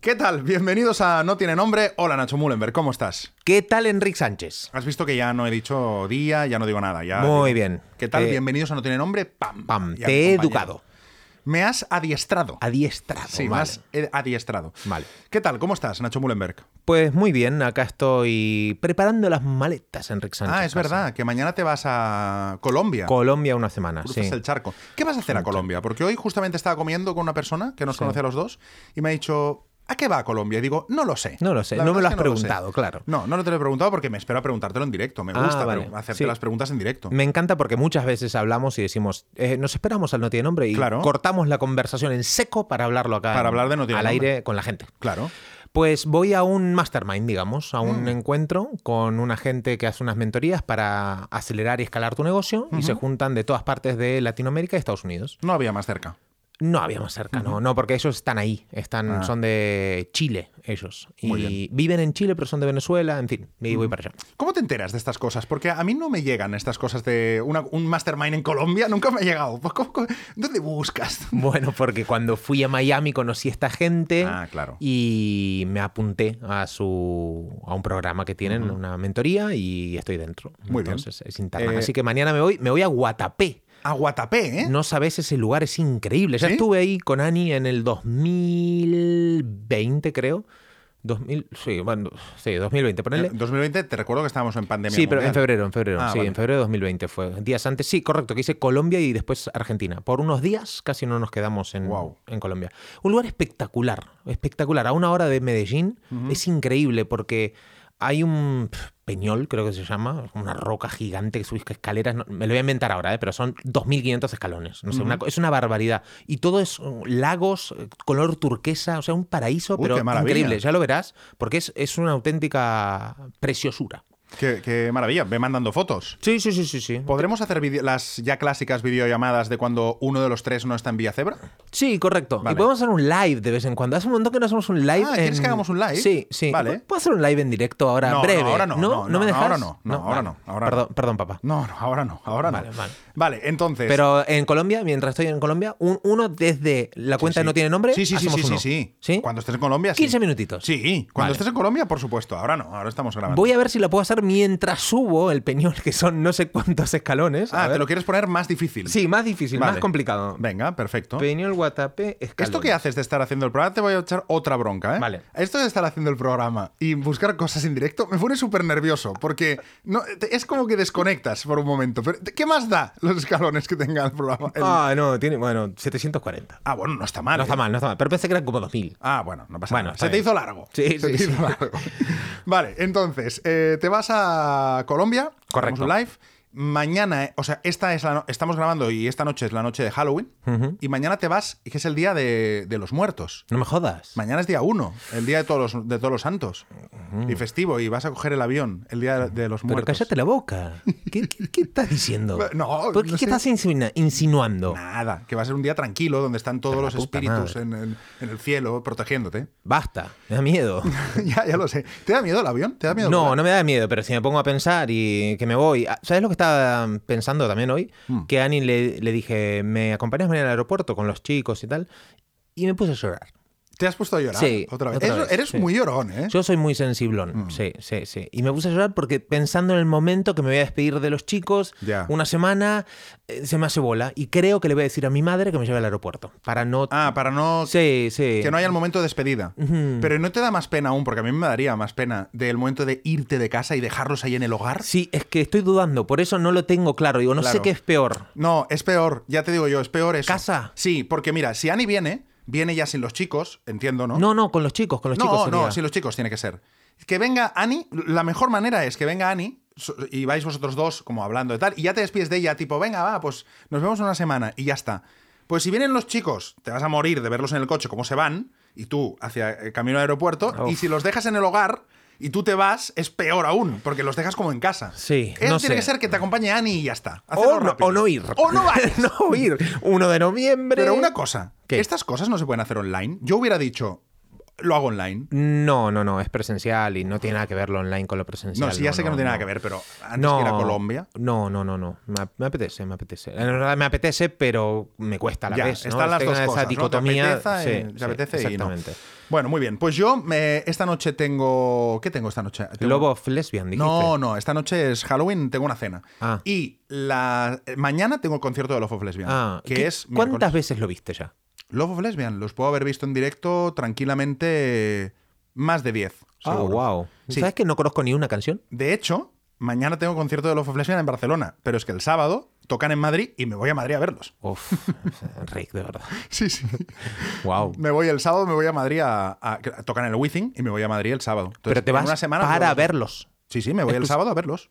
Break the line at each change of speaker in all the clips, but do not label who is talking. ¿Qué tal? Bienvenidos a No Tiene Nombre. Hola Nacho Mullenberg, ¿cómo estás?
¿Qué tal Enrique Sánchez?
Has visto que ya no he dicho día, ya no digo nada. Ya
Muy bien.
¿Qué tal?
Eh,
Bienvenidos a No Tiene Nombre. Pam,
Pam,
Ya,
te he
compañero.
educado.
Me has adiestrado.
Adiestrado.
sí,
vale.
me has eh, adiestrado.
Vale.
¿Qué tal? ¿Cómo estás, Nacho Mullenberg?
Pues muy bien, acá estoy preparando las maletas, Enrique Sánchez.
ah, es
Casa.
verdad, que mañana te vas a Colombia.
Colombia una semana,
Cruzas
sí.
el charco. ¿Qué vas a hacer a Colombia? Porque hoy justamente estaba comiendo con una persona que nos conoce a los dos y me ha dicho, ¿a qué va a Colombia? Y digo, no lo sé.
No lo sé,
La
no me
verdad
lo has
es que sé.
preguntado, claro.
No, no te lo he preguntado porque me espero a preguntártelo en directo. Me
Ah,
gusta
vale.
pre- hacerte
Sí.
las preguntas en directo.
Me encanta porque muchas veces hablamos y decimos, eh, nos esperamos al No Tiene Nombre y
Claro.
cortamos la conversación en seco para hablarlo acá.
Para
en-
hablar de No Tiene
Al
Nombre.
aire con la gente.
Claro.
Pues voy a un mastermind, digamos, a
Mm.
un encuentro con una gente que hace unas mentorías para acelerar y escalar tu negocio y se juntan de todas partes de Latinoamérica y Estados Unidos.
No había más cerca.
No había más cerca, no, no, porque ellos están ahí, están,
Ah.
son de Chile, ellos.
Muy
Y viven en Chile, pero son de Venezuela, en fin, y voy para allá.
¿Cómo te enteras de estas cosas? Porque a mí no me llegan estas cosas de una- un mastermind en Colombia, nunca me ha llegado. Pues, ¿cómo- cómo- ¿Dónde buscas?
Bueno, porque cuando fui a Miami conocí a esta gente
Ah, claro.
Eh, y me apunté a su a un programa que tienen, una mentoría, y estoy dentro.
Muy bien.
Entonces, es interna.
Eh,
Así que mañana me voy, me voy a Guatapé.
A Guatapé, ¿eh?
No sabes, ese lugar es increíble. Ya
¿Sí?
estuve ahí con Ani en el 2020, creo. 2000, sí, bueno, sí, 2020, ponele.
En 2020 te recuerdo que estábamos en pandemia.
Sí, pero en
mundial.
febrero, en febrero,
Ah,
sí,
vale.
en febrero de 2020 fue. Días antes, sí, correcto, que hice Colombia y después Argentina. Por unos días casi no nos quedamos en,
Guau.
en Colombia. Un lugar espectacular, espectacular. A una hora de Medellín es increíble porque hay un pf, peñol, creo que se llama, una roca gigante que subís que escaleras. no- me lo voy a inventar ahora, ¿eh? pero son 2.500 escalones. No sé, una co- es una barbaridad. Y todo es uh, lagos, eh, color turquesa, o sea, un paraíso,
Uy,
pero
qué maravilla.
increíble. Ya lo verás, porque es, es una auténtica preciosura.
Qué, qué maravilla, ve mandando fotos.
Sí, sí, sí, sí, sí.
¿Podremos hacer vide- las ya clásicas videollamadas de cuando uno de los tres no está en Vía Cebra?
Sí, correcto.
Vale.
Y podemos hacer un live de vez en cuando. Hace un montón que no hacemos un live.
Ah, ¿quieres
en-
que hagamos un live?
Sí, sí.
Vale.
¿Puedo hacer un live en directo ahora,
No, no,
breve?
ahora no, no,
¿No
no,
me dejas?
ahora no, no, ahora no, ahora
perdón, perdón, papá.
No, no, ahora no, ahora no.
Vale, vale.
Vale, entonces.
Pero en Colombia, mientras estoy en Colombia, un- uno desde la cuenta
Sí.
no tiene nombre.
Sí, sí, sí,
hacemos
sí, sí,
uno.
sí.
¿Sí?
Cuando estés en Colombia, sí.
15 minutitos.
Sí, cuando
Vale.
estés en Colombia, por supuesto. Ahora no, ahora estamos grabando.
Voy a ver si lo puedo hacer mientras subo el peñol, que son no sé cuántos escalones. A
Ah, te
ver.
lo quieres poner más difícil.
Sí, más difícil,
Vale.
más complicado.
Venga, perfecto.
Peñol, Guatapé, escalones.
Esto que haces de estar haciendo el programa, te voy a echar otra bronca, ¿eh?
Vale.
Esto de estar haciendo el programa y buscar cosas en directo me pone súper nervioso, porque no, te- es como que desconectas por un momento. Pero, ¿Qué más da los escalones que tenga el programa? El-
Ah, no, tiene, bueno, 740.
Ah, bueno, no está mal. ¿eh?
No está mal, no está mal. Pero pensé que eran como 2000.
Ah, bueno, no pasa
Bueno,
nada.
está
Se te
bien.
hizo largo.
Sí,
Se
sí,
te
sí.
hizo largo. Vale, entonces, eh, te vas a Colombia. hacemos
Correcto.
un live. Mañana, eh, o sea, esta es la no- estamos grabando y esta noche es la noche de Halloween. Y mañana te vas, que es el día de, de los muertos.
No me jodas.
Mañana es día 1, el día de todos los, de todos los santos. Y festivo, y vas a coger el avión el día de los
Pero
muertos.
cállate la boca. ¿Qué, qué- qué estás diciendo?
No,
¿Por
no
qué, qué
sé.
estás insinu- insinuando?
Nada, que va a ser un día tranquilo donde están todos
la
los
puta
espíritus
madre.
en el, en el cielo protegiéndote.
Basta, me da miedo.
ya, ya lo sé. ¿Te da miedo el avión? ¿Te da miedo?
No,
volar?
no me da miedo, pero si me pongo a pensar y que me voy. Ah, ¿Sabes lo que estaba pensando también hoy?
Mm.
Que a Ani le, le dije, ¿me acompañas mañana al aeropuerto con los chicos y tal? Y me puse a llorar.
¿Te has puesto a llorar?
Sí,
Otra vez.
otra
Eso-
vez,
eres
sí.
muy llorón, ¿eh?
Yo soy muy sensiblón,
Mm.
sí, sí, sí. Y me puse a llorar porque pensando en el momento que me voy a despedir de los chicos,
Ya.
una semana, eh, se me hace bola. Y creo que le voy a decir a mi madre que me lleve al aeropuerto. Para no...
Ah, para no.
sí, sí.
Que no haya el momento de despedida. Pero ¿no te da más pena aún? Porque a mí me daría más pena del momento de irte de casa y dejarlos ahí en el hogar.
Sí, es que estoy dudando, por eso no lo tengo claro. Digo, no
Claro.
sé qué es peor.
No, es peor, ya te digo yo, es peor eso.
¿Casa?
Sí, porque mira, si Ani viene, viene ya sin los chicos, entiendo, ¿no?
No, no, con los chicos, con los
no,
chicos.
no,
sería.
sin los chicos tiene que ser. Que venga Ani, la mejor manera es que venga Ani so- y vais vosotros dos como hablando de tal, y ya te despides de ella, tipo, venga, va, pues nos vemos en una semana y ya está. Pues si vienen los chicos, te vas a morir de verlos en el coche como se van, y tú hacia el camino al aeropuerto, y
Uf.
si los dejas en el hogar y tú te vas, es peor aún, porque los dejas como en casa.
Sí,
Él
no
tiene
sé.
que ser que te acompañe Ani y ya está. Hacerlo
O no,
rápido.
o no ir.
O no vayas.
no ir. 1 de noviembre.
Pero una cosa,
¿Qué?
estas cosas no se pueden hacer online. Yo hubiera dicho, lo hago online.
No, no, no, es presencial y no tiene nada que ver lo online con lo presencial.
No, sí, ya sé que no tiene nada que ver, pero antes que ir a Colombia.
No, no, no, no. Me, ap- me apetece, me apetece. En verdad me apetece, pero me cuesta a la
Ya,
vez. ¿no?
están las
Tengo
dos
esa
cosas, ¿no? Te
dicotomía.
apetece y-
sí,
te
sí,
apetece y no.
exactamente.
Bueno, muy bien. Pues yo me- esta noche tengo. ¿Qué tengo esta noche? Tengo-
Lobo of Lesbian, dijiste.
No, no, esta noche es Halloween, tengo una cena.
Ah.
Y la eh, mañana tengo el concierto de Love of Lesbian.
Ah,
que
¿qué-
es
¿Cuántas
miércoles.
veces lo viste ya?
Love of Lesbian, los puedo haber visto en directo tranquilamente eh, más de 10.
Ah,
seguro.
wow.
Sí.
¿Sabes que no conozco ni una canción?
De hecho, mañana tengo concierto de Love of Lesbian en Barcelona, pero es que el sábado tocan en Madrid y me voy a Madrid a verlos.
Uf, Rick, de verdad.
Sí, sí.
Wow.
me voy el sábado, me voy a Madrid a, a- a- tocan en el Withing y me voy a Madrid el sábado. Entonces,
Pero te
en
vas
una semana
para
puedo-
verlos.
Sí, sí, me voy el
Exclus-
sábado a verlos.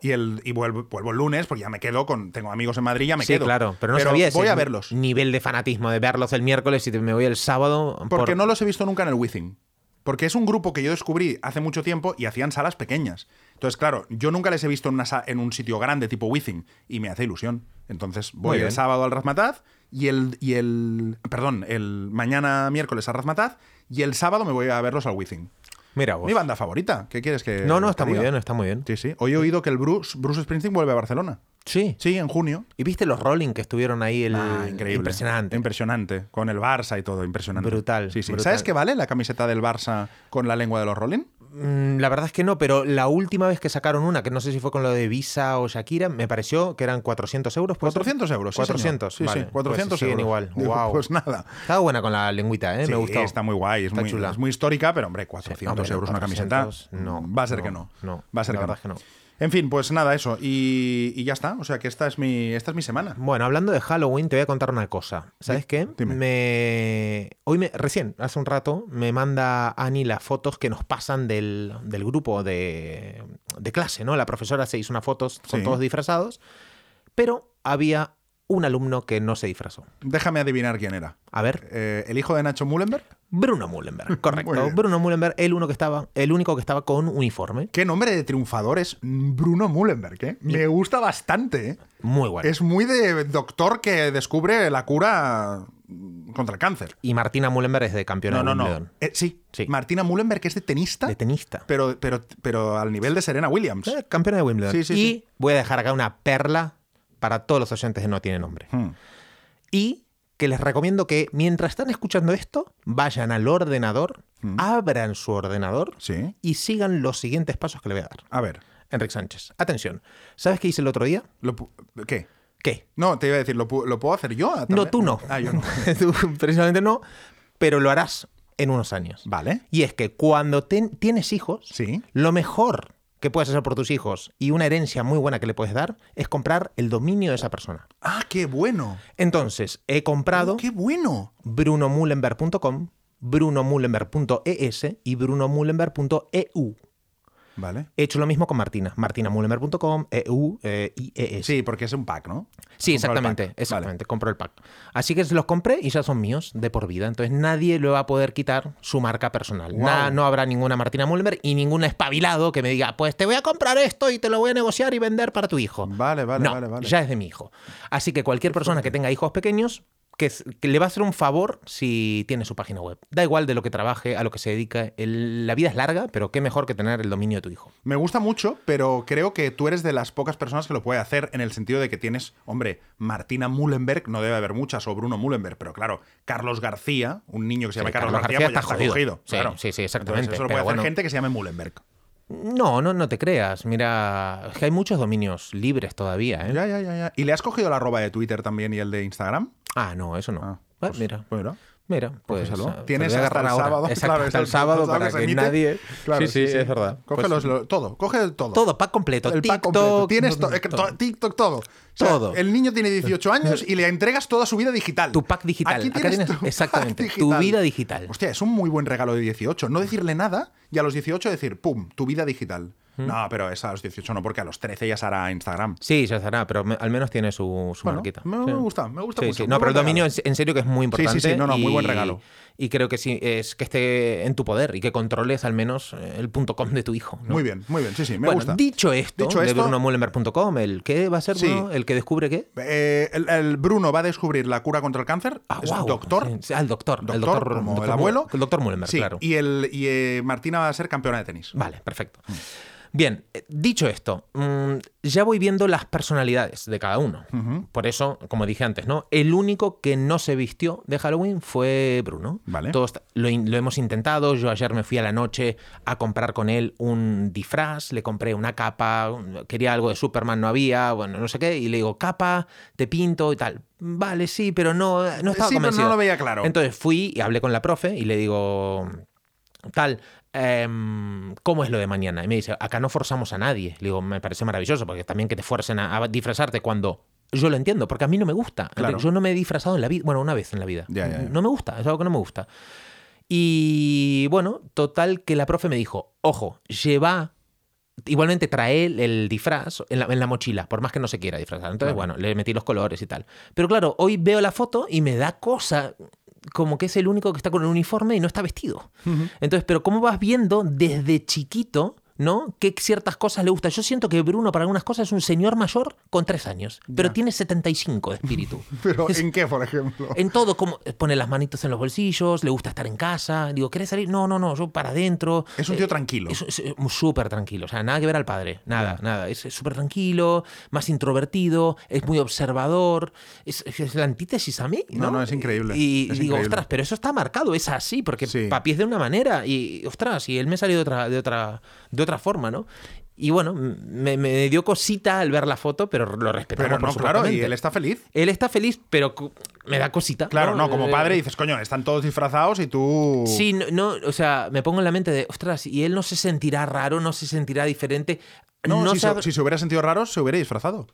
Y, el, y vuelvo, vuelvo el lunes, porque ya me quedo con. Tengo amigos en Madrid, ya me
sí,
quedo.
claro, pero no sabía ese
Voy a verlos.
nivel de fanatismo de verlos el miércoles y te- me voy el sábado.
Porque
por-
no los he visto nunca en el Withing. Porque es un grupo que yo descubrí hace mucho tiempo y hacían salas pequeñas. Entonces, claro, yo nunca les he visto en, una sa- en un sitio grande tipo Withing y me hace ilusión. Entonces, voy
bien.
el sábado al Razmataz y el, y el. Perdón, el mañana miércoles al Razmataz y el sábado me voy a verlos al Withing.
Mira vos.
Mi banda favorita. ¿Qué quieres que.?
No, no, está
te
muy
diga?
bien, eh. está muy bien.
Sí, sí. Hoy he oído que el Bruce, Bruce Springsteen vuelve a Barcelona.
Sí.
Sí, en junio.
¿Y viste los Rolling que estuvieron ahí? El...
Ah, increíble.
Impresionante.
Impresionante. Con el Barça y todo, impresionante.
Brutal,
Sí, sí.
brutal.
¿Sabes qué vale la camiseta del Barça con la lengua de los Rolling?
Mm, La verdad es que no, pero la última vez que sacaron una, que no sé si fue con lo de Visa o Shakira, me pareció que eran 400 euros. ¿puede ser?
400 euros. sí,
400,
señor. Sí,
vale.
sí, 400
Pues siguen
euros.
igual.
Digo,
Guau.
Pues nada.
Estaba buena con la lengüita, ¿eh?
Sí,
me gustó.
Está muy guay, es,
Está
muy,
chula.
es muy histórica, pero hombre, 400
Hombre,
euros una
400,
camiseta.
no,
Va a ser
no,
que no.
no,
Va a ser
la
que,
verdad
no.
es que
En fin, pues nada, eso. Y, y ya está. O sea que esta es mi, esta es mi semana.
Bueno, hablando de Halloween, te voy a contar una cosa. ¿Sabes qué?
dime.
Me... Hoy me... recién, hace un rato, me manda Ani las fotos que nos pasan del, del grupo de, de clase, ¿no? La profesora se hizo unas fotos con
Sí.
todos disfrazados, pero había un alumno que no se disfrazó.
Déjame adivinar quién era.
A ver,
Eh, ¿El hijo de Nacho Mullenberg?
Bruno Mullenberg,
Muy
correcto.
bien.
Bruno Mullenberg, el, uno que estaba, el único que estaba con uniforme.
Qué nombre de triunfador es Bruno Mullenberg, ¿eh? Me gusta bastante, ¿eh?
Muy guay.
Es muy de doctor que descubre la cura contra el cáncer.
Y Martina Mullenberg es de campeona
No, no,
de
no.
Wimbledon,
Eh, sí.
Sí.
Martina Mullenberg, que es de tenista,
de tenista.
pero, pero, pero al nivel de Serena Williams.
Eh, Campeona de Wimbledon.
Sí, sí,
y
sí.
voy a dejar acá una perla para todos los oyentes de No Tiene Nombre.
Hmm.
Y que les recomiendo que mientras están escuchando esto, vayan al ordenador,
Mm.
abran su ordenador
Sí.
y sigan los siguientes pasos que le voy a dar.
A ver.
Enrique Sánchez, atención. ¿Sabes qué hice el otro día?
lo pu- ¿Qué?
¿Qué?
No, te iba a decir, ¿lo, pu- lo puedo hacer yo? también?
No, tú no.
Ah, yo no.
Tú precisamente no, pero lo harás en unos años.
Vale.
Y es que cuando ten- tienes hijos,
Sí.
lo mejor que puedes hacer por tus hijos y una herencia muy buena que le puedes dar es comprar el dominio de esa persona.
Ah, qué bueno.
Entonces, he comprado
Qué bueno.
brunomullenberg.com, brunomullenberg.es e y brunomullenberg.eu.
Vale.
He hecho lo mismo con Martina, martinamullenberg.com, eu, eh, IES.
Sí, porque es un pack, ¿no? Compro
Sí,
el
exactamente,
pack.
exactamente, compro el pack. Así que se los compré y ya son míos de por vida, entonces nadie le va a poder quitar su marca personal.
Guau.
Na- no habrá ninguna Martina Mullenberg y ningún espabilado que me diga, pues te voy a comprar esto y te lo voy a negociar y vender para tu hijo.
Vale, vale,
No,
vale, vale.
Ya es de mi hijo. Así que cualquier persona que tenga hijos pequeños, que, s- que le va a hacer un favor si tiene su página web. Da igual de lo que trabaje, a lo que se dedica. el- la vida es larga, pero qué mejor que tener el dominio de tu hijo.
Me gusta mucho, pero creo que tú eres de las pocas personas que lo puede hacer en el sentido de que tienes, hombre, Martina Mullenberg, no debe haber muchas, o Bruno Mullenberg, pero claro, Carlos García, un niño que se llama
Sí,
Carlos,
Carlos
García,
García
pues
está
ya está
jodido.
cogido.
Sí,
claro.
sí, sí, exactamente,
Entonces eso lo
pero
puede hacer
bueno.
gente que se llame Mullenberg.
No, no, no te creas. Mira, es que hay muchos dominios libres todavía, ¿eh?
Ya, ya, ya, ya. ¿Y le has cogido la arroba de Twitter también y el de Instagram?
Ah, no, eso no.
Ah,
Ah, mira.
Pues mira.
Mira, pues
Cógeselo.
ah,
Tienes
te lo voy a
hasta
agarrar
el
ahora.
sábado,
Exacto,
claro,
hasta el sábado para
se
que,
emite.
nadie.
Claro,
sí, sí, es verdad.
Cógelos
Pues,
lo- todo, coge todo.
todo, pack completo.
El pack
TikTok,
completo. Tienes to- eh, que
todo.
to- TikTok todo. O sea,
Todo.
El niño tiene 18 años y le entregas toda su vida digital.
Tu pack digital.
Aquí
Acá
tienes
tienes-
tu pack
exactamente, tu
digital.
vida digital.
Hostia, es un muy buen regalo de 18. No decirle nada y a los 18 decir, pum, tu vida digital.
Mm.
No, pero es a los 18 no, porque a los 13 ya se hará Instagram.
Sí, ya será, pero me- al menos tiene su, su
Bueno,
marquita.
me-
Sí.
me gusta, me gusta
Sí,
mucho.
sí.
Muy
No,
buen
pero el dominio
regalo.
en, se- en serio que es muy
sí,
importante.
sí, no, no, muy
y-
buen regalo.
Y creo que sí, es que esté en tu poder y que controles al menos eh, el punto com de tu hijo. ¿no?
Muy bien, muy bien. Sí, sí, me
Bueno,
gusta.
dicho esto,
Dicho
de
esto-
brunomullenberg.com, el que va a ser
Sí,
Bruno? el el que descubre qué?
Eh, el, el Bruno va a descubrir la cura contra el cáncer.
Ah,
es
guau.
doctor.
Sí, ah, el doctor.
Doctor,
el doctor,
como
doctor
el
Mu-
abuelo.
El doctor Mullenberg,
Sí,
claro.
y, el, y eh, Martina va a ser campeona de tenis.
Vale, perfecto.
Mm.
Bien, eh, dicho esto, mm, ya voy viendo las personalidades de cada uno. Por eso, como dije antes, ¿no? El único que no se vistió de Halloween fue Bruno.
Vale.
Todos ta- lo, in- lo hemos intentado. Yo ayer me fui a la noche a comprar con él un disfraz, le compré una capa, un- quería algo de Superman, no había, bueno, no sé qué, y le digo, capa, te pinto y tal. Vale, sí, pero no, no estaba
Eh, Sí, pero no
convencido.
lo veía claro.
Entonces fui y hablé con la profe y le digo, tal, em, ¿cómo es lo de mañana? Y me dice, acá no forzamos a nadie. Le digo, me parece maravilloso, porque también que te fuercen a, a disfrazarte cuando... Yo lo entiendo, porque a mí no me gusta.
Claro.
Yo no me he disfrazado en la vida, bueno, una vez en la vida.
Ya, ya, ya.
No me gusta, es algo que no me gusta. Y bueno, total que la profe me dijo, ojo, lleva... Igualmente trae el, el disfraz en la, en la mochila, por más que no se quiera disfrazar. Entonces, bueno, le metí los colores y tal. Pero claro, hoy veo la foto y me da cosa como que es el único que está con el uniforme y no está vestido. Entonces, pero ¿cómo vas viendo desde chiquito, ¿no? Que ciertas cosas le gustan. Yo siento que Bruno para algunas cosas es un señor mayor con tres años, pero
Ya.
tiene 75 de espíritu.
Pero ¿en qué, por ejemplo?
En todo, como eh, pone las manitos en los bolsillos, le gusta estar en casa. Digo, ¿querés salir? No, no, no, yo para adentro. Eh,
Es un tío tranquilo.
Es es, eh, súper tranquilo, o sea, nada que ver al padre, nada, nada. Es es súper tranquilo, más introvertido, es muy observador, es, es- es la antítesis a mí.
No,
No,
no, es increíble,
Y
es
digo,
increíble.
ostras, pero eso está marcado, es así, porque
Sí.
papi es de una manera y, ostras, y él me salió de otra, de otra, de otra forma, ¿no? Y bueno, me, me dio cosita al ver la foto, pero lo respetamos,
Pero
por
no, claro, y
supuestamente.
él está feliz.
Él está feliz, pero cu- me da cosita.
Claro, no, como
Eh,
padre dices, coño, están todos disfrazados y tú.
Sí, no, no, o sea, me pongo en la mente de, ostras, y él no se sentirá raro, no se sentirá diferente.
No,
No,
si,
se
se,
ab-
si se hubiera sentido raro, se hubiera disfrazado.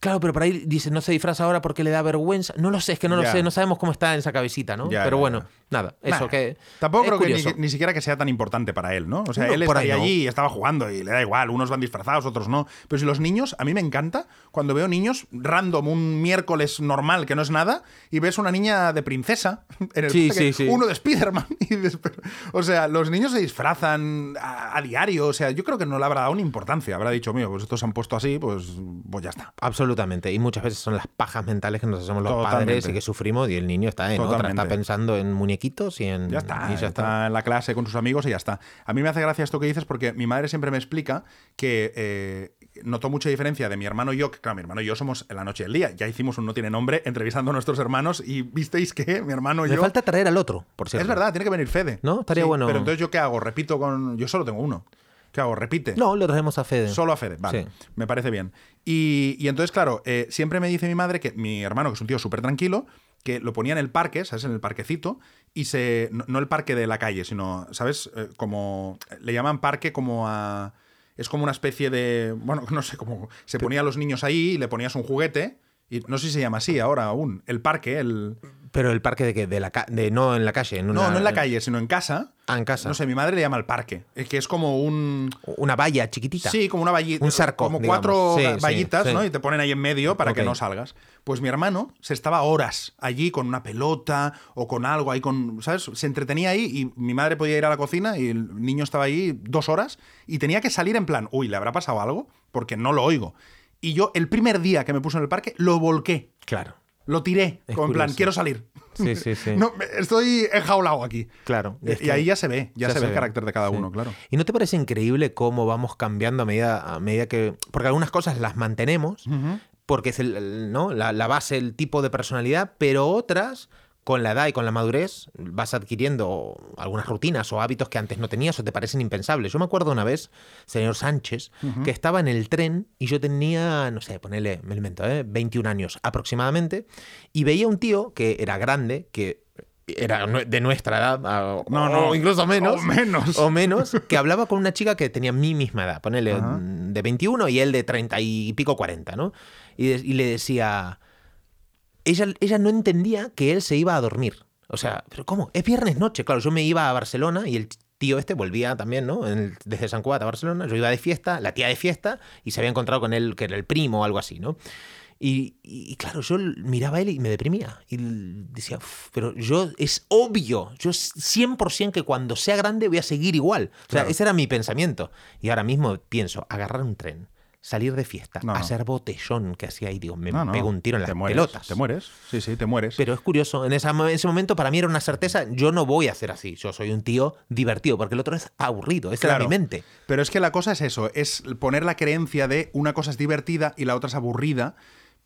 Claro, pero por ahí dice, no se disfraza ahora porque le da vergüenza. No lo sé, es que no lo
Ya.
sé, no sabemos cómo está en esa cabecita, ¿no?
Ya,
pero
ya,
bueno,
ya.
nada, eso
Nah,
que.
Tampoco
es
creo que
curioso.
ni, ni siquiera que sea tan importante para él, ¿no? O sea,
No,
él
por
está
ahí no.
allí y estaba jugando y le da igual, unos van disfrazados, otros no. Pero si los niños, a mí me encanta cuando veo niños random un miércoles normal que no es nada y ves una niña de princesa en el
Sí,
parque,
sí, sí.
uno de Spider-Man y dices, pero- o sea, los niños se disfrazan a, a diario, o sea, yo creo que no le habrá dado ni importancia, habrá dicho, mío, pues estos se han puesto así, pues, pues ya está.
Absolutamente, y muchas veces son las pajas mentales que nos hacemos los padres
Totalmente.
y que sufrimos, y el niño está en otra,
Totalmente.
está pensando en muñequitos y en.
Ya está,
y ya
está, en la clase con sus amigos y ya está. A mí me hace gracia esto que dices porque mi madre siempre me explica que eh, notó mucha diferencia de mi hermano y yo, que claro, mi hermano y yo somos en la noche y el día. Ya hicimos un No Tiene Nombre entrevistando a nuestros hermanos y visteis que mi hermano y
Me
yo...
falta traer al otro, por cierto.
Es verdad, tiene que venir Fede.
¿No? Estaría bueno.
Pero entonces yo qué hago? Repito con... Yo solo tengo uno. ¿Qué hago? Repite.
No, lo traemos a Fede.
Solo a Fede, vale.
Sí.
Me parece bien. Y, y entonces, claro, eh, siempre me dice mi madre que mi hermano, que es un tío súper tranquilo, que lo ponía en el parque, ¿sabes? En el parquecito, y se. No, no el parque de la calle, sino, ¿sabes? Eh, como. Le llaman parque como a. Es como una especie de. Bueno, no sé cómo. Se ponía a los niños ahí y le ponías un juguete. Y no sé si se llama así ahora aún. El parque, el.
Pero el parque de que de la ca- de no en la calle, en una-
No, no en la calle, sino en casa.
Ah, en casa.
No sé, mi madre le llama el parque. Es que es como un.
Una valla chiquitita.
Sí, como una vallita.
Un sarco,
Como
digamos.
cuatro
Sí,
ga-
sí,
vallitas,
sí.
¿no? Y te ponen ahí en medio para que
Ok.
no salgas. Pues mi hermano se estaba horas allí con una pelota o con algo ahí, con, ¿sabes? Se entretenía ahí y mi madre podía ir a la cocina y el niño estaba ahí dos horas y tenía que salir en plan, uy, ¿le habrá pasado algo? Porque no lo oigo. Y yo, el primer día que me puso en el parque, lo volqué,
Claro.
lo tiré,
Es
con en plan,
curioso.
quiero salir.
Sí, sí, sí.
No, me- estoy enjaulado aquí.
Claro.
Y,
es
y
que-
ahí ya se ve, ya, se, ve el carácter de cada
Sí.
uno, claro.
¿Y no te parece increíble cómo vamos cambiando a medida, a medida que. Porque algunas cosas las mantenemos, porque es el- el- ¿no? la, la base, el tipo de personalidad, pero otras. Con la edad y con la madurez vas adquiriendo algunas rutinas o hábitos que antes no tenías o te parecen impensables. Yo me acuerdo una vez, señor Sánchez, que estaba en el tren y yo tenía, no sé, ponele, me lo invento, ¿eh? 21 años aproximadamente, y veía un tío que era grande, que era nue- de nuestra edad, a- o,
No, no.
incluso menos,
O menos.
o menos, que hablaba con una chica que tenía mi misma edad, ponele
Ajá.
de 21 y él de 30 y pico 40, ¿no? Y, de- y le decía, ella, ella no entendía que él se iba a dormir. O sea, ¿pero cómo? Es viernes noche. Claro, yo me iba a Barcelona y el tío este volvía también, ¿no? En el- desde San Cugat a Barcelona. Yo iba de fiesta, la tía de fiesta, y se había encontrado con él, que era el primo o algo así, ¿no? Y, y- y claro, yo l- miraba a él y me deprimía. Y l- decía, "Uf, pero yo, es obvio, yo s- 100% que cuando sea grande voy a seguir igual. O sea,
Claro.
ese era mi pensamiento. Y ahora mismo pienso, agarrar un tren, salir de fiesta,
No, no.
hacer botellón que hacía ahí. Digo, me
No, no,
pego un tiro en
te
las
mueres,
pelotas.
Te mueres. Sí, sí, te mueres.
Pero es curioso, en esa mo- ese momento para mí era una certeza, yo no voy a hacer así, yo soy un tío divertido, porque el otro es aburrido, esa
Claro.
era mi mente.
Pero es que la cosa es eso, es poner la creencia de una cosa es divertida y la otra es aburrida.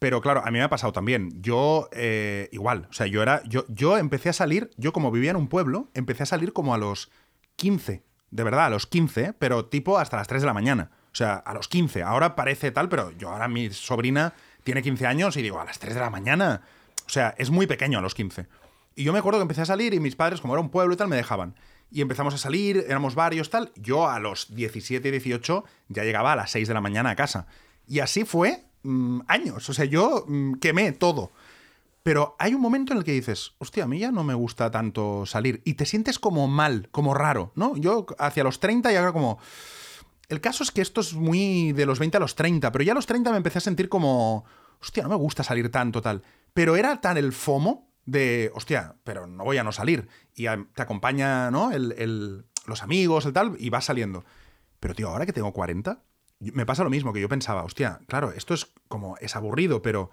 Pero claro, a mí me ha pasado también. Yo, eh, igual, o sea, yo era. Yo, yo empecé a salir, yo como vivía en un pueblo, empecé a salir como a los 15. De verdad, a los 15, pero tipo hasta las 3 de la mañana. O sea, a los 15. Ahora parece tal, pero yo ahora mi sobrina tiene 15 años y digo, a las 3 de la mañana. O sea, es muy pequeño a los 15. Y yo me acuerdo que empecé a salir y mis padres, como era un pueblo y tal, me dejaban. Y empezamos a salir, éramos varios, tal. Yo a los 17, 18 ya llegaba a las 6 de la mañana a casa. Y así fue mm, años. O sea, yo mm, quemé todo. Pero hay un momento en el que dices, hostia, a mí ya no me gusta tanto salir. Y te sientes como mal, como raro, ¿no? Yo hacia los 30 ya era como... El caso es que esto es muy de los 20 a los 30, pero ya a los 30 me empecé a sentir como, hostia, no me gusta salir tanto tal. Pero era tan el FOMO de, hostia, pero no voy a no salir. Y a- te acompaña, ¿no? El, el- los amigos, el tal, y vas saliendo. Pero, tío, ahora que tengo 40, yo- me pasa lo mismo que yo pensaba, hostia, claro, esto es como, es aburrido, pero,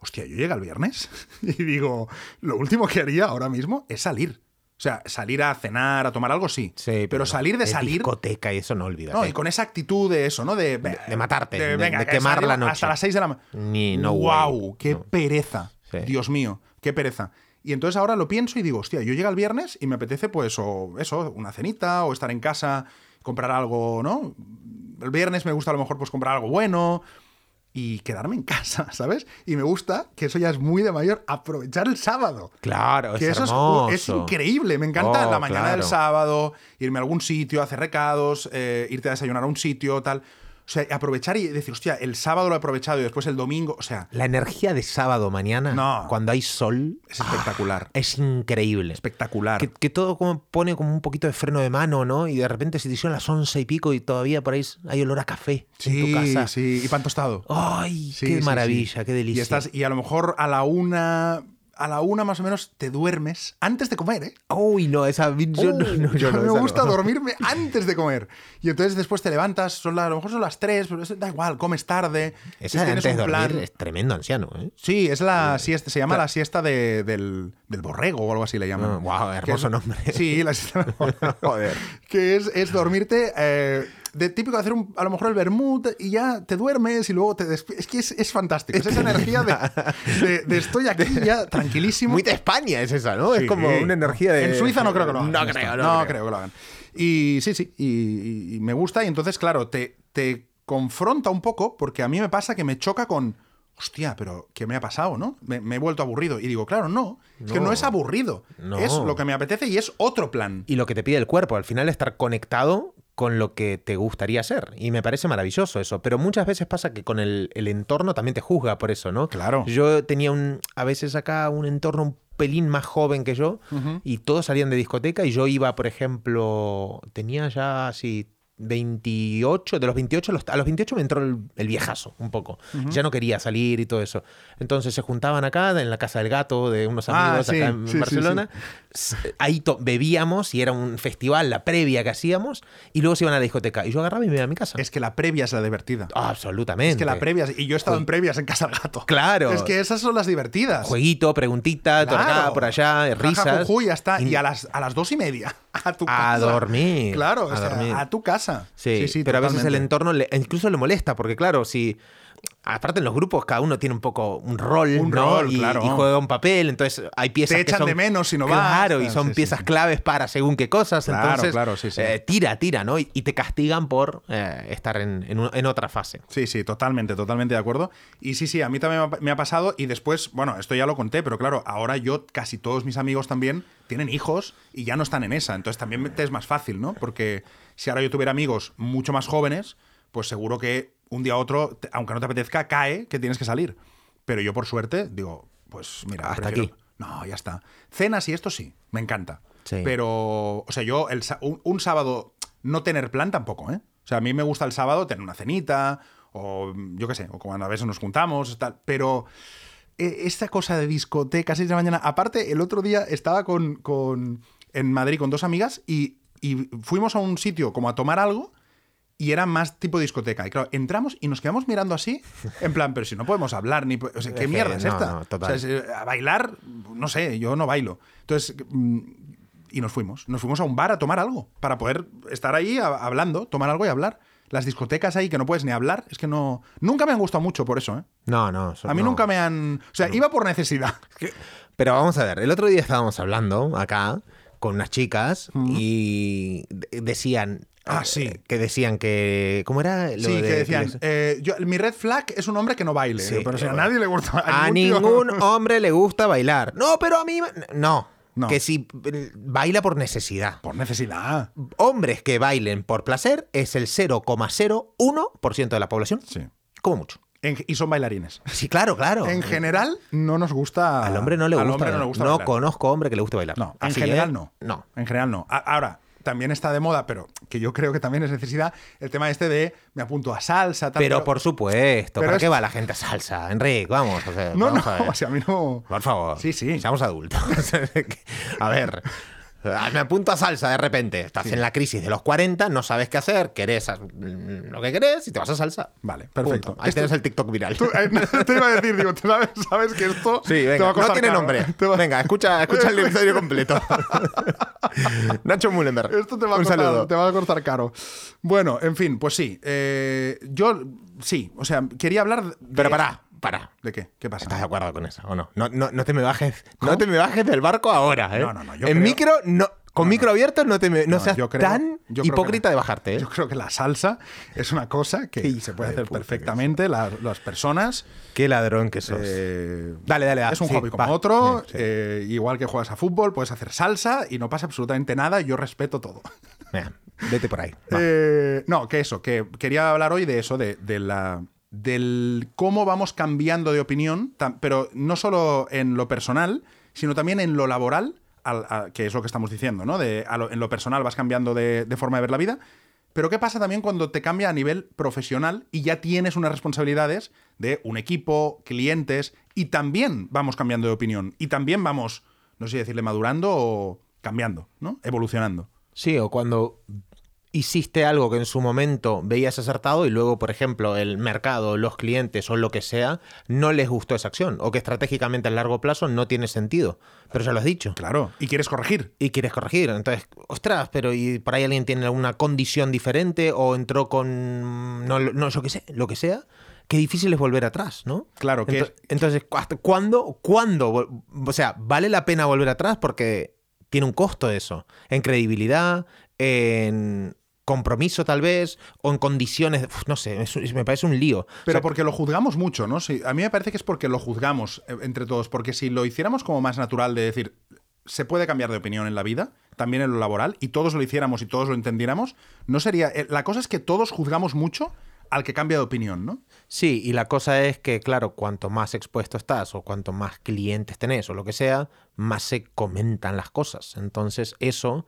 hostia, yo llega el viernes y digo, lo último que haría ahora mismo es salir. O sea, salir a cenar, a tomar algo, sí. pero, salir de salir...
Discoteca y eso no olvidas.
No,
¿eh?
y con esa actitud de eso, ¿no? De,
de matarte, de- de
que
quemar la
salimos
noche.
Hasta las 6 de la mañana.
Ni- no way.
¡Wow! ¡Qué
No.
pereza!
Sí.
Dios mío, qué pereza. Y entonces ahora lo pienso y digo, hostia, yo llega el viernes y me apetece, pues, o eso, una cenita, o estar en casa, comprar algo, ¿no? El viernes me gusta a lo mejor, pues, comprar algo bueno y quedarme en casa, ¿sabes? Y me gusta, que eso ya es muy de mayor, aprovechar el sábado.
Claro,
Que
es
eso es-
hermoso.
es, increíble, me encanta
Oh,
la mañana del
claro.
sábado, irme a algún sitio, hacer recados, eh, irte a desayunar a un sitio, tal. O sea, aprovechar y decir, hostia, el sábado lo he aprovechado y después el domingo, o sea,
La energía de sábado mañana,
No.
cuando hay sol,
es espectacular.
es increíble.
espectacular.
Que, que todo como pone como un poquito de freno de mano, ¿no? Y de repente se te hicieron las once y pico y todavía por ahí hay olor a café en
sí,
tu casa.
sí, y pan tostado.
¡Ay!
Sí,
Oh, ¡Qué
sí,
maravilla!
sí.
¡Qué
Y,
delicia!
estás, y a lo mejor a la una, a la una más o menos te duermes antes de comer, ¿eh?
Uy, no, esa yo no,
Uh,
no, yo
a mí
no,
me
esa no.
gusta dormirme antes de comer. Y entonces después te levantas, son la- a lo mejor son las 3, pero eso da igual, comes tarde.
Esa
tienes
antes de
un
dormir
plan.
es tremendo anciano, ¿eh?
Sí, es la siesta, se llama la siesta de- del, del borrego o algo así le llaman.
Ah, guau,
Que
hermoso
es-
nombre.
Sí, la siesta del borrego.
Joder.
Que es, es dormirte. eh, de típico de hacer un- a lo mejor el vermut y ya te duermes y luego te despiertas. Es que es, es fantástico. Es esa energía de, de- de estoy aquí ya tranquilísimo.
Muy de España es esa, ¿no?
Sí.
Es como una energía de...
En Suiza no creo que lo hagan.
No
esto.
creo,
no
no, creo.
que lo hagan. Y sí, sí, y, y- y me gusta. Y entonces, claro, te, te confronta un poco, porque a mí me pasa que me choca con. Hostia, pero ¿qué me ha pasado, no? Me, me he vuelto aburrido. Y digo, claro, no. Es que
No.
no es aburrido.
No.
Es lo que me apetece y es otro plan.
Y lo que te pide el cuerpo, al final estar conectado con lo que te gustaría hacer. Y me parece maravilloso eso. Pero muchas veces pasa que con el, el entorno también te juzga por eso, ¿no?
Claro.
Yo tenía un, a veces acá un entorno un pelín más joven que yo y todos salían de discoteca y yo iba, por ejemplo, tenía ya así 28, de los 28, a los- a los 28 me entró el, el viejazo un poco. Ya no quería salir y todo eso. Entonces se juntaban acá en la casa del gato de unos
Ah,
amigos
sí,
acá en
sí, sí,
Barcelona. S- Ahí to- bebíamos y era un festival, la previa que hacíamos, y luego se iban a la discoteca. Y yo agarraba y me iba a mi casa. Ah,
Es que la previa es la divertida.
Absolutamente.
Es que la previa. Y yo he estado en previas en casa del gato.
Claro.
Es que esas son las divertidas.
Jueguito, preguntita, por acá,
Claro.
por allá,
Raja,
risas.
juju, ya está. Y a las, a las dos y media. A tu
A
casa.
dormir,
Claro,
a
o sea,
dormir.
a tu casa.
Sí, pero a veces el
totalmente.
entorno le- incluso le molesta, porque claro, si. Aparte en los grupos cada uno tiene un poco un rol,
Un
¿no?
rol,
y,
claro.
y juega un papel, entonces hay piezas
Te
que
echan
son-
de menos si no vas.
Claro, y
Ah,
son
sí,
piezas
sí.
claves para según qué cosas,
Claro,
entonces
claro, sí, sí.
eh, tira, tira, ¿no? Y, y te castigan por eh, estar en, en un- en otra fase.
Sí, sí, totalmente, totalmente de acuerdo. Y sí, sí, a mí también me ha- me ha pasado y después, bueno, esto ya lo conté, pero claro, ahora yo, casi todos mis amigos también tienen hijos y ya no están en esa, entonces también me- te es más fácil, ¿no? Porque si ahora yo tuviera amigos mucho más jóvenes, pues seguro que un día u otro, te- aunque no te apetezca, cae que tienes que salir. Pero yo por suerte digo, pues mira,
Hasta aquí.
No, ya está. Cenas y esto sí, me encanta.
Sí.
Pero, o sea, yo el sa- un, un sábado no tener plan tampoco, ¿eh? O sea, a mí me gusta el sábado tener una cenita o mm, yo qué sé, o cuando a veces nos juntamos, tal, pero eh, esta cosa de discoteca, 6 de la mañana, aparte el otro día estaba con, con- en Madrid con dos amigas y, y fuimos a un sitio como a tomar algo y era más tipo discoteca. Y claro, entramos y nos quedamos mirando así, en plan, pero si no podemos hablar, ni. po- O sea, ¿qué
Es que
mierda es
no,
esta?
no, total.
O sea, es, eh, a bailar, no sé, yo no bailo. Entonces, mm, y nos fuimos. Nos fuimos a un bar a tomar algo, para poder estar ahí a- hablando, tomar algo y hablar. Las discotecas ahí que no puedes ni hablar, es que no. Nunca me han gustado mucho por eso, ¿eh?
No, no. eso
A mí
no.
nunca me han. O sea, iba por necesidad.
Pero vamos a ver, el otro día estábamos hablando acá con unas chicas y de- decían.
Mm. Ah, sí.
eh, Que decían que. ¿Cómo era? lo
sí,
de-
que decían, eh, yo- mi red flag es un hombre que no baile.
Sí,
Digo, pero si a
pero-
nadie le gusta
A
tío-
ningún hombre le gusta bailar. No, pero a mí. me- No.
No.
Que si eh, baila por necesidad.
Por necesidad.
Hombres que bailen por placer es el 0,01% de la población.
Sí.
Como mucho.
En- y son bailarines.
Sí, claro, claro.
En general, no nos gusta.
Al hombre no le
al
gusta.
hombre no
bailar.
le gusta
No
bailar.
conozco hombre que le guste bailar.
No, en
Así que,
general no.
No.
En general no. A- ahora, también está de moda, pero que yo creo que también es necesidad, el tema este de me apunto a salsa, tal.
Pero por supuesto,
pero
¿para
es-
qué va la gente a salsa? Enrique, vamos. o sea,
No, no,
vamos a ver.
o sea, a mí no.
Por favor.
Sí, sí.
Seamos adultos. a ver. ah, Me apunto a salsa de repente. Estás en la crisis de los 40, no sabes qué hacer, querés a- mm, lo que querés y te vas a salsa.
Vale, perfecto.
Punto. Ahí
Esto-
tienes el TikTok viral.
Tú- eh, no, te iba a decir, digo, ¿tú sabes, sabes que esto
Sí,
te va
venga.
a costar
No tiene
caro? ¿eh?
nombre.
Te va-
Venga, escucha, escucha el episodio completo. Nacho Mullenberg.
Esto te va, a
Un
costar,
saludo.
te va a costar caro. Bueno, en fin, pues sí. eh, yo, sí, o sea, quería hablar. de-
Pero pará, pará.
¿De qué? ¿Qué pasa?
¿Estás de acuerdo con eso o no? No, no, no te me bajes, no te me bajes del barco ahora, ¿eh?
No, no, no, yo
en
creo-
micro, no, con micro abierto no te me, no,
No,
seas
yo creo-
tan
yo creo que
hipócrita
no.
de bajarte, ¿eh?
Yo creo que la salsa es una cosa
Qué
que
hija
se puede
de
hacer
puta que
perfectamente, la- las personas.
Qué ladrón que sos.
eh,
dale, dale, dale.
es un
sí,
hobby como
va.
otro.
Sí, sí.
eh, igual que juegas a fútbol, puedes hacer salsa y no pasa absolutamente nada. Yo respeto todo.
Mira, vete por ahí. va.
Eh, no, que eso, que quería hablar hoy de eso, de, de la del cómo vamos cambiando de opinión, tam- pero no solo en lo personal, sino también en lo laboral, al- a- que es lo que estamos diciendo, ¿no? De, a lo- en lo personal vas cambiando de, de forma de ver la vida, pero qué pasa también cuando te cambia a nivel profesional y ya tienes unas responsabilidades de un equipo, clientes, y también vamos cambiando de opinión, y también vamos, no sé si decirle madurando o cambiando, ¿no? Evolucionando.
Sí, o cuando hiciste algo que en su momento veías acertado y luego, por ejemplo, el mercado, los clientes o lo que sea, no les gustó esa acción o que estratégicamente a largo plazo no tiene sentido. Pero ya lo has dicho.
Claro, y quieres corregir.
y quieres corregir. Entonces, ostras, pero y por ahí alguien tiene alguna condición diferente o entró con mm, no, no yo qué sé, lo que sea. Qué difícil es volver atrás, ¿no?
Claro, que
Ento- entonces, ¿hasta ¿cuándo? ¿Cuándo? vol- O sea, vale la pena volver atrás porque tiene un costo eso. En credibilidad, en compromiso tal vez, o en condiciones, uf, no sé, es- es- me parece un lío.
Pero
O sea,
porque lo juzgamos mucho, ¿no? Sí, a mí me parece que es porque lo juzgamos eh, entre todos, porque si lo hiciéramos como más natural de decir, se puede cambiar de opinión en la vida, también en lo laboral, y todos lo hiciéramos y todos lo entendiéramos, no sería... eh, La cosa es que todos juzgamos mucho al que cambia de opinión, ¿no?
Sí, y la cosa es que, claro, cuanto más expuesto estás o cuanto más clientes tenés o lo que sea, más se comentan las cosas. Entonces, eso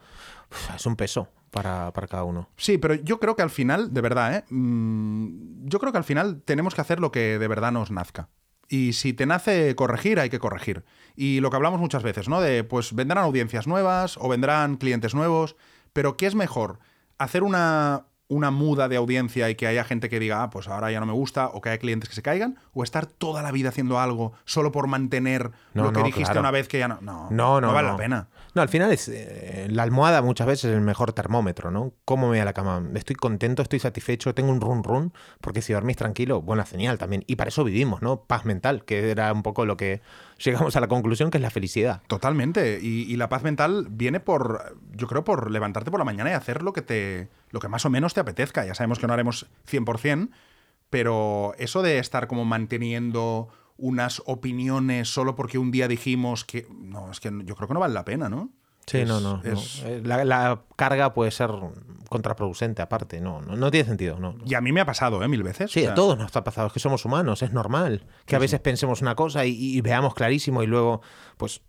uf, es un peso para, para cada uno.
Sí, pero yo creo que al final, de verdad, ¿eh? Mm, yo creo que al final tenemos que hacer lo que de verdad nos nazca. Y si te nace corregir, hay que corregir. Y lo que hablamos muchas veces, ¿no? De, pues vendrán audiencias nuevas o vendrán clientes nuevos, pero ¿qué es mejor? ¿Hacer una, una muda de audiencia y que haya gente que diga, ah, pues ahora ya no me gusta, o que haya clientes que se caigan? ¿O estar toda la vida haciendo algo solo por mantener
No,
lo que
no,
dijiste
claro.
una vez que ya no? No,
No, no.
vale
no.
la pena.
No, al final es eh, la almohada muchas veces es el mejor termómetro, ¿no? ¿Cómo me voy a la cama? Estoy contento, estoy satisfecho, tengo un run run, porque si dormís tranquilo, buena señal también. Y para eso vivimos, ¿no? Paz mental, que era un poco lo que llegamos a la conclusión, que es la felicidad.
Totalmente. Y, y la paz mental viene por, yo creo, por levantarte por la mañana y hacer lo que, te, lo que más o menos te apetezca. Ya sabemos que no haremos 100%, pero eso de estar como manteniendo unas opiniones solo porque un día dijimos que... No, es que yo creo que no vale la pena, ¿no?
Sí,
Es-
no, no. no.
es-
Eh, La, la carga puede ser contraproducente, aparte. No, no, no tiene sentido. No, no.
Y a mí me ha pasado, ¿eh? Mil veces.
Sí,
O
a
sea,
todos nos ha pasado, es que somos humanos, es normal. Que a veces pensemos una cosa y, y veamos clarísimo y luego, pues,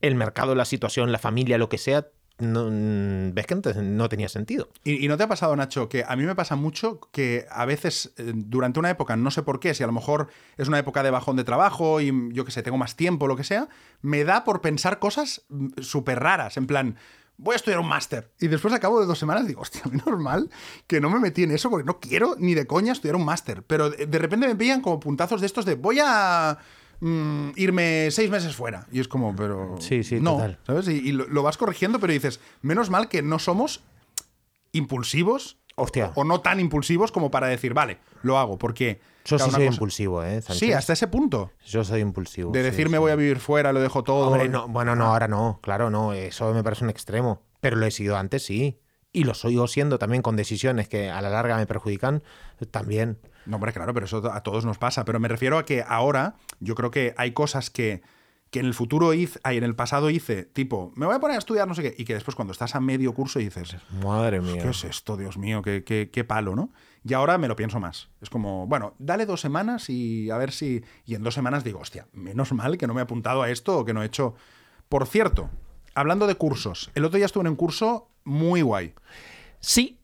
el mercado, la situación, la familia, lo que sea, no- mm, ves que antes no tenía sentido.
¿Y, y no te ha pasado, Nacho, que a mí me pasa mucho que a veces eh, durante una época, no sé por qué, si a lo mejor es una época de bajón de trabajo y mm, yo que sé, tengo más tiempo, lo que sea, me da por pensar cosas mm, súper raras, en plan... voy a estudiar un máster. Y después al cabo de dos semanas digo, hostia, normal que no me metí en eso porque no quiero ni de coña estudiar un máster. Pero eh, de, de repente me pillan como puntazos de estos de voy a mm, irme seis meses fuera. Y es como, pero...
Sí, sí,
no,
total.
¿sabes? Y, y lo, lo vas corrigiendo, pero dices, menos mal que no somos impulsivos.
Hostia.
O no tan impulsivos como para decir, vale, lo hago, porque...
Yo
cada
sí
una
soy
cosa-
impulsivo, ¿eh? Sánchez?
Sí, hasta ese punto.
Yo soy impulsivo.
De
Pues sí,
decir, me
sí.
voy a vivir fuera, lo dejo todo.
Hombre, no, bueno, no, ahora no, claro, no, eso me parece un extremo. Pero lo he sido antes, sí. Y lo sigo siendo también con decisiones que a la larga me perjudican, eh, también.
No, hombre, claro, pero eso a todos nos pasa. Pero me refiero a que ahora yo creo que hay cosas que, que en el futuro hice, ay, en el pasado hice, tipo, me voy a poner a estudiar no sé qué, y que después cuando estás a medio curso dices,
Madre mía.
¿qué es esto, Dios mío? ¿Qué, qué, qué palo, ¿no? Y ahora me lo pienso más. Es como, bueno, dale dos semanas y a ver si... Y en dos semanas digo, hostia, menos mal que no me he apuntado a esto o que no he hecho... Por cierto, hablando de cursos, el otro día estuve en un curso muy guay.
Sí,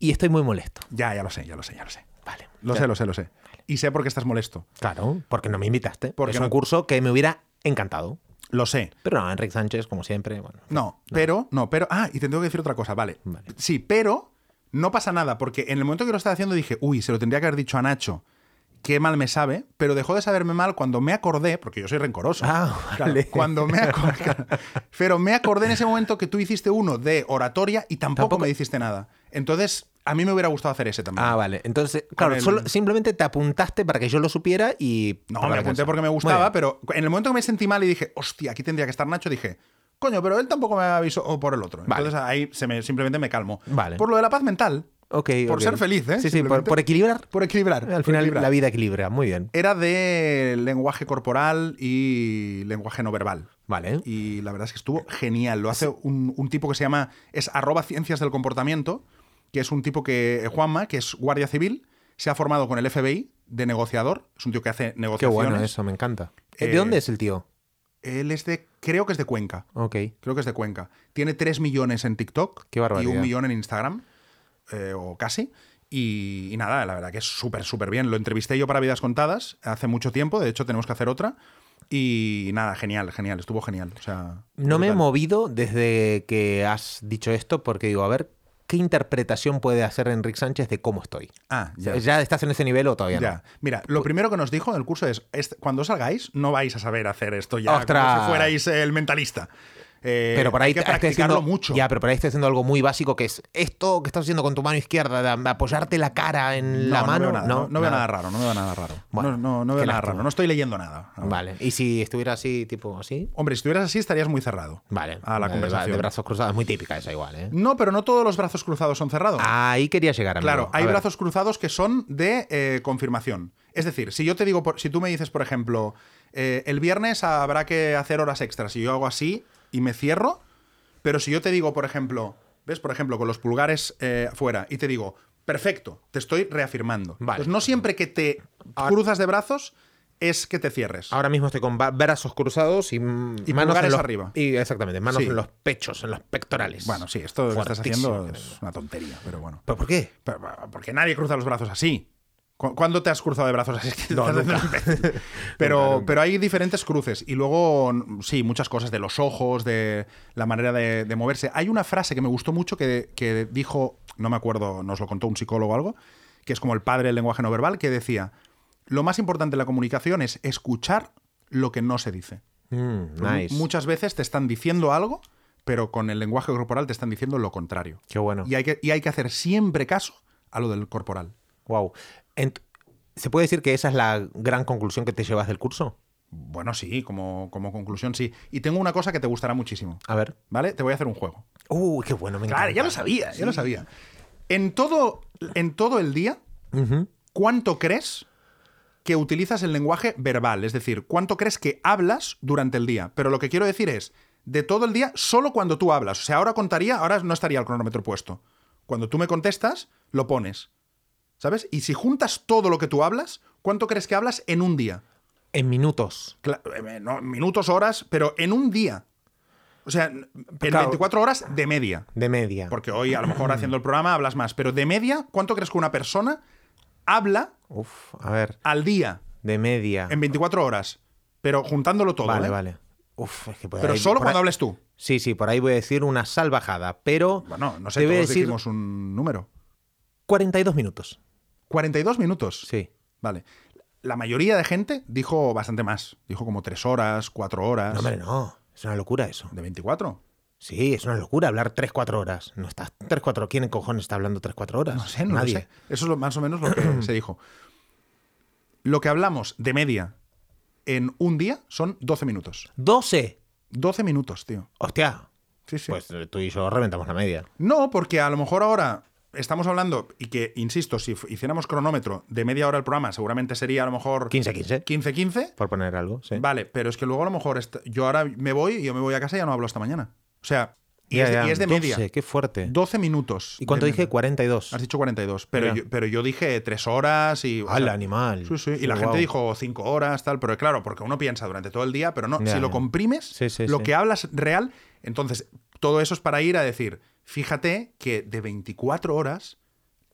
y estoy muy molesto.
Ya, ya lo sé, ya lo sé, ya lo sé.
Vale.
Lo sé, lo sé, lo sé. Y sé por qué estás molesto.
Claro, porque no me invitaste.
Porque
es un
no-
curso que me hubiera encantado.
Lo sé.
Pero no, Enrique Sánchez, como siempre, bueno.
No, pero, no, pero. Ah, y te tengo que decir otra cosa, vale.
Vale.
Sí, pero no pasa nada, porque en el momento que lo estaba haciendo dije, uy, se lo tendría que haber dicho a Nacho. Qué mal me sabe, pero dejó de saberme mal cuando me acordé, porque yo soy rencoroso.
Ah,
Claro,
vale.
cuando me acordé. pero me acordé en ese momento que tú hiciste uno de oratoria y tampoco,
Tampoco-
me hiciste nada. Entonces, a mí me hubiera gustado hacer ese también.
Ah, vale. Entonces, claro,
el-
solo- simplemente te apuntaste para que yo lo supiera y...
No,
para
me
la
apunté
cosa.
porque me
pues, Muy
gustaba,
bien.
pero en el momento que me sentí mal y dije, hostia, aquí tendría que estar Nacho, dije, coño, pero él tampoco me avisó o por el otro.
Vale.
Entonces ahí se me, simplemente me calmo.
Vale.
Por lo de la paz mental,
Ok,
por
ok.
ser feliz, ¿eh?
Sí, sí, por,
Simplemente.
por equilibrar.
por equilibrar.
Al
por
final
equilibrar.
la vida equilibra, muy bien.
Era de lenguaje corporal y lenguaje no verbal.
Vale.
Y la verdad es que estuvo genial. Lo hace un, un tipo que se llama, es arroba ciencias del comportamiento, que es un tipo que, eh, Juanma, que es guardia civil, se ha formado con el FBI de negociador. Es un tío que hace
Qué
negociaciones.
bueno eso, me encanta. Eh,
Eh,
¿De dónde es el tío?
Él es de, creo que es de Cuenca.
Ok.
Creo que es de Cuenca. Tiene 3 millones en TikTok
Qué barbaridad.
y un millón en Instagram, eh, o casi. Y, y nada, la verdad que es súper, súper bien. Lo entrevisté yo para Vidas Contadas hace mucho tiempo, de hecho tenemos que hacer otra. Y nada, genial, genial, estuvo genial. O sea,
No me he
brutal.
movido desde que has dicho esto porque digo, a ver, ¿qué interpretación puede hacer Enrique Sánchez de cómo estoy?
Ah,
O sea,
ya.
Ya. Pues- estás en ese nivel o todavía
ya. Mira, lo primero que nos dijo en el curso es, "Est- cuando salgáis no vais a saber hacer esto ya,
¡Ostras!
como si fuerais el mentalista. Eh,
no? Pero por ahí
hay que
te- estoy
practicarlo
haciendo,
mucho.
Ya, pero por ahí estoy haciendo algo muy básico que es esto que estás haciendo con tu mano izquierda, de de apoyarte la cara en la
no,
mano.
No veo nada, no, no veo nada raro, no veo nada raro.
Bueno,
no, no, no
qué
veo nada
lástima.
raro, no estoy leyendo nada.
Vale. Y si estuviera así, tipo así,
Hombre, si estuvieras así estarías muy cerrado.
vale.
A Ah, la
De-
conversación.
De brazos cruzados, muy típica esa igual, ¿eh?
No, pero no todos los brazos cruzados son cerrados.
Ahí quería llegar, amigo.
claro,
Ah, A
hay
ver.
brazos cruzados que son de eh, confirmación. Es decir, si yo te digo, por- si tú me dices, por ejemplo, eh, el viernes habrá que hacer horas extras, y yo hago así y me cierro, pero si yo te digo, por ejemplo, ves, por ejemplo, con los pulgares eh, fuera, y te digo, perfecto, te estoy reafirmando.
Vale. Ah.
Entonces, no siempre que te cruzas de brazos es que te cierres.
Ahora mismo estoy con ba- brazos cruzados y, mm,
Y
manos en
pulgares
los,
arriba.
Y exactamente, manos
Sí.
en los pechos, en los pectorales.
Bueno, sí, esto que estás
Fuertísimo,
haciendo
creo.
es una tontería, pero bueno.
¿Pero por qué?
Pero, pero, Porque nadie cruza los brazos así. ¿Cu- ¿Cuándo te has cruzado de brazos así? Es que
No,
estás
nunca.
haciendo un imbécil. Pero, pero hay diferentes cruces. Y luego, n- sí, muchas cosas de los ojos, de la manera de, de moverse. Hay una frase que me gustó mucho que, que dijo, no me acuerdo, nos lo contó un psicólogo o algo, que es como el padre del lenguaje no verbal, que decía, lo más importante en la comunicación es escuchar lo que no se dice.
Mm,
Porque
nice.
Muchas veces te están diciendo algo, pero con el lenguaje corporal te están diciendo lo contrario.
Qué bueno.
Y hay que, y hay que hacer siempre caso a lo del corporal.
Wow. Ent- ¿Se puede decir que esa es la gran conclusión que te llevas del curso?
Bueno, sí, como, como conclusión, sí. Y tengo una cosa que te gustará muchísimo.
A ver.
¿Vale? Te voy a hacer un juego.
Uh, qué bueno, me
Claro,
encanta.
ya lo sabía, ya lo sabía. En todo, en todo el día,
Ujú.
¿cuánto crees que utilizas el lenguaje verbal? Es decir, ¿cuánto crees que hablas durante el día? Pero lo que quiero decir es, de todo el día, solo cuando tú hablas. O sea, ahora contaría, ahora no estaría el cronómetro puesto. Cuando tú me contestas, lo pones. ¿Sabes? Y si juntas todo lo que tú hablas, ¿cuánto crees que hablas en un día?
En minutos.
Cla- eh, no, minutos, horas, pero en un día. O sea, en
Claro.
24 horas de media.
De media.
Porque hoy, a lo mejor haciendo el programa, hablas más. Pero de media, ¿cuánto crees que una persona habla
Uf, a ver.
al día?
De media.
en 24 horas, pero juntándolo todo.
vale,
¿eh?
vale. Uf, es que por
Pero
ahí-
solo
por
cuando
ahí-
hables tú.
Sí, sí, por ahí voy a decir una salvajada, pero.
Bueno, no sé,
te
todos
voy a decir
dijimos un número.
42 minutos.
42 minutos.
Sí.
Vale. La mayoría de gente dijo bastante más. Dijo como 3 horas, 4 horas.
No, hombre, no. Es una locura eso.
¿De 24?
Sí, es una locura hablar 3-4 horas. No estás 3-4. ¿Quién cojones está hablando 3-4 horas?
No sé, no lo
Nadie.
sé. Eso es lo- más o menos lo que se dijo. Lo que hablamos de media en un día son 12 minutos.
12.
12 minutos, tío.
Hostia.
Sí, sí.
Pues eh, tú y yo reventamos la media.
No, porque a lo mejor ahora estamos hablando, y que, insisto, si fu- hiciéramos cronómetro de media hora el programa, seguramente sería a lo mejor
15-15.
15-15.
Por poner algo, sí.
Vale, pero es que luego a lo mejor est- yo ahora me voy y yo me voy a casa y ya no hablo hasta mañana. O sea, y,
Ya,
es, de,
ya,
y es de
12,
media.
qué fuerte.
12 minutos.
¿Y cuánto
de
dije?
media.
42.
Has dicho 42, pero
Mira.
yo, pero yo dije 3 horas y... o
Al
sea,
animal.
Sí, sí, Y la
Guau.
gente dijo 5 horas, tal, pero claro, porque uno piensa durante todo el día, pero no,
Ya,
si lo
ya.
comprimes,
Sí, sí,
lo
sí.
que hablas real, entonces todo eso es para ir a decir, fíjate que de 24 horas,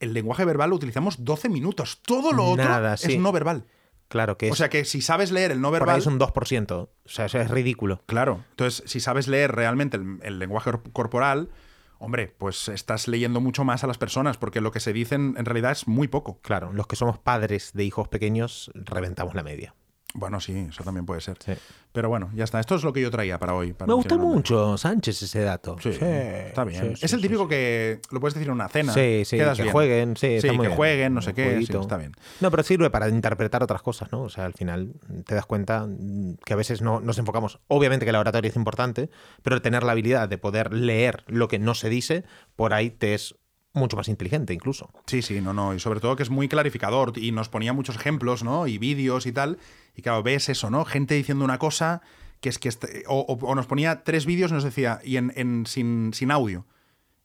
el lenguaje verbal lo utilizamos 12 minutos, todo lo otro
Nada,
es
sí.
no verbal.
Claro que es.
O sea que si sabes leer el no
por ahí
verbal...
es un 2%. O sea, eso es ridículo.
Claro. Entonces, si sabes leer realmente el, el lenguaje corp- corporal, hombre, pues estás leyendo mucho más a las personas, porque lo que se dicen en realidad es muy poco.
Claro, los que somos padres de hijos pequeños reventamos la media.
Bueno, sí, eso también puede ser.
Sí.
Pero bueno, ya está. Esto es lo que yo traía para hoy. para
Me gustó
mencionarlo.
mucho Sánchez ese dato.
Sí, está bien. es el típico que lo puedes decir en una cena.
Sí, sí,
quedas
que
bien.
jueguen, sí, está
que
muy bien.
jueguen, no sé
Un
qué. sí,
jueguito.
está bien.
No, pero sirve para interpretar otras cosas, ¿no? O sea, al final te das cuenta mm, que a veces no nos enfocamos. Obviamente que la oratoria es importante, pero tener la habilidad de poder leer lo que no se dice, por ahí te es mucho más inteligente incluso.
Sí, sí, no, no. Y sobre todo que es muy clarificador y nos ponía muchos ejemplos, ¿no? Y vídeos y tal. Y claro, ves eso, ¿no? Gente diciendo una cosa que es que... este- o, o- o nos ponía tres vídeos y nos decía, y en, en- sin, sin audio.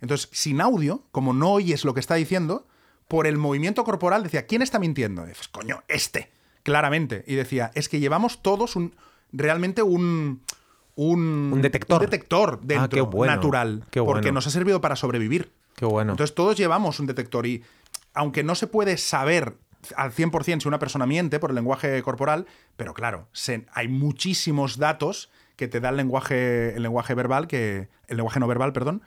Entonces, sin audio, como no oyes lo que está diciendo, por el movimiento corporal decía, ¿quién está mintiendo? Y dices, coño, este, claramente. Y decía, es que llevamos todos un realmente un... Un,
Un detector. Ah,
detector dentro,
qué bueno,
natural.
qué
Porque
bueno.
nos ha servido para sobrevivir.
Qué bueno.
Entonces todos llevamos un detector y aunque no se puede saber al 100% si una persona miente por el lenguaje corporal, pero claro, se- hay muchísimos datos que te da el lenguaje, el lenguaje verbal, que, el lenguaje no verbal, perdón,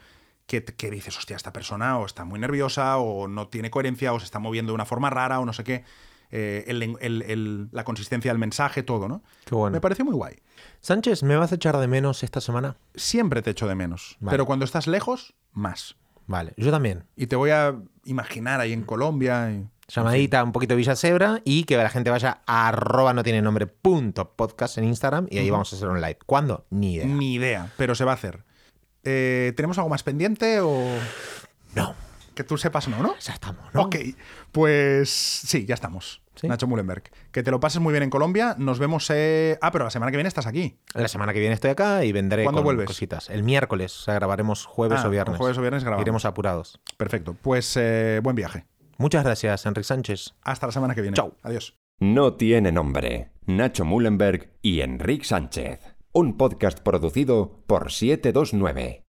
que, te- que dices, hostia, esta persona o está muy nerviosa o no tiene coherencia o se está moviendo de una forma rara o no sé qué. Eh, el len- el- el- la consistencia del mensaje, todo, ¿no?
Qué bueno.
Me pareció muy guay.
Sánchez, ¿me vas a echar de menos esta semana?
Siempre te echo de menos,
Vale.
pero cuando estás lejos, más.
Vale, yo también.
Y te voy a imaginar ahí en
Mm.
Colombia. y-
Llamadita, un poquito Villa Cebra y que la gente vaya a arroba no tiene nombre punto podcast en Instagram y ahí vamos a hacer un live. ¿Cuándo? Ni idea.
Ni idea, pero se va a hacer. Eh, ¿Tenemos algo más pendiente o
No,
que tú sepas no, no?
ya estamos, ¿no?
Ok, pues sí, ya estamos.
Sí.
Nacho Mullenberg. Que te lo pases muy bien en Colombia. Nos vemos. eh, Ah, pero la semana que viene estás aquí.
La semana que viene estoy acá y vendré
¿Cuándo
con
vuelves?
cositas. El miércoles, o sea, grabaremos jueves
Ah,
o viernes.
jueves o viernes grabamos.
Iremos apurados.
Perfecto. Pues eh, buen viaje.
Muchas gracias, Enrique Sánchez.
Hasta la semana que viene.
Chao.
Adiós.
No tiene nombre. Nacho Mullenberg y Enrique Sánchez. Un podcast producido por 729.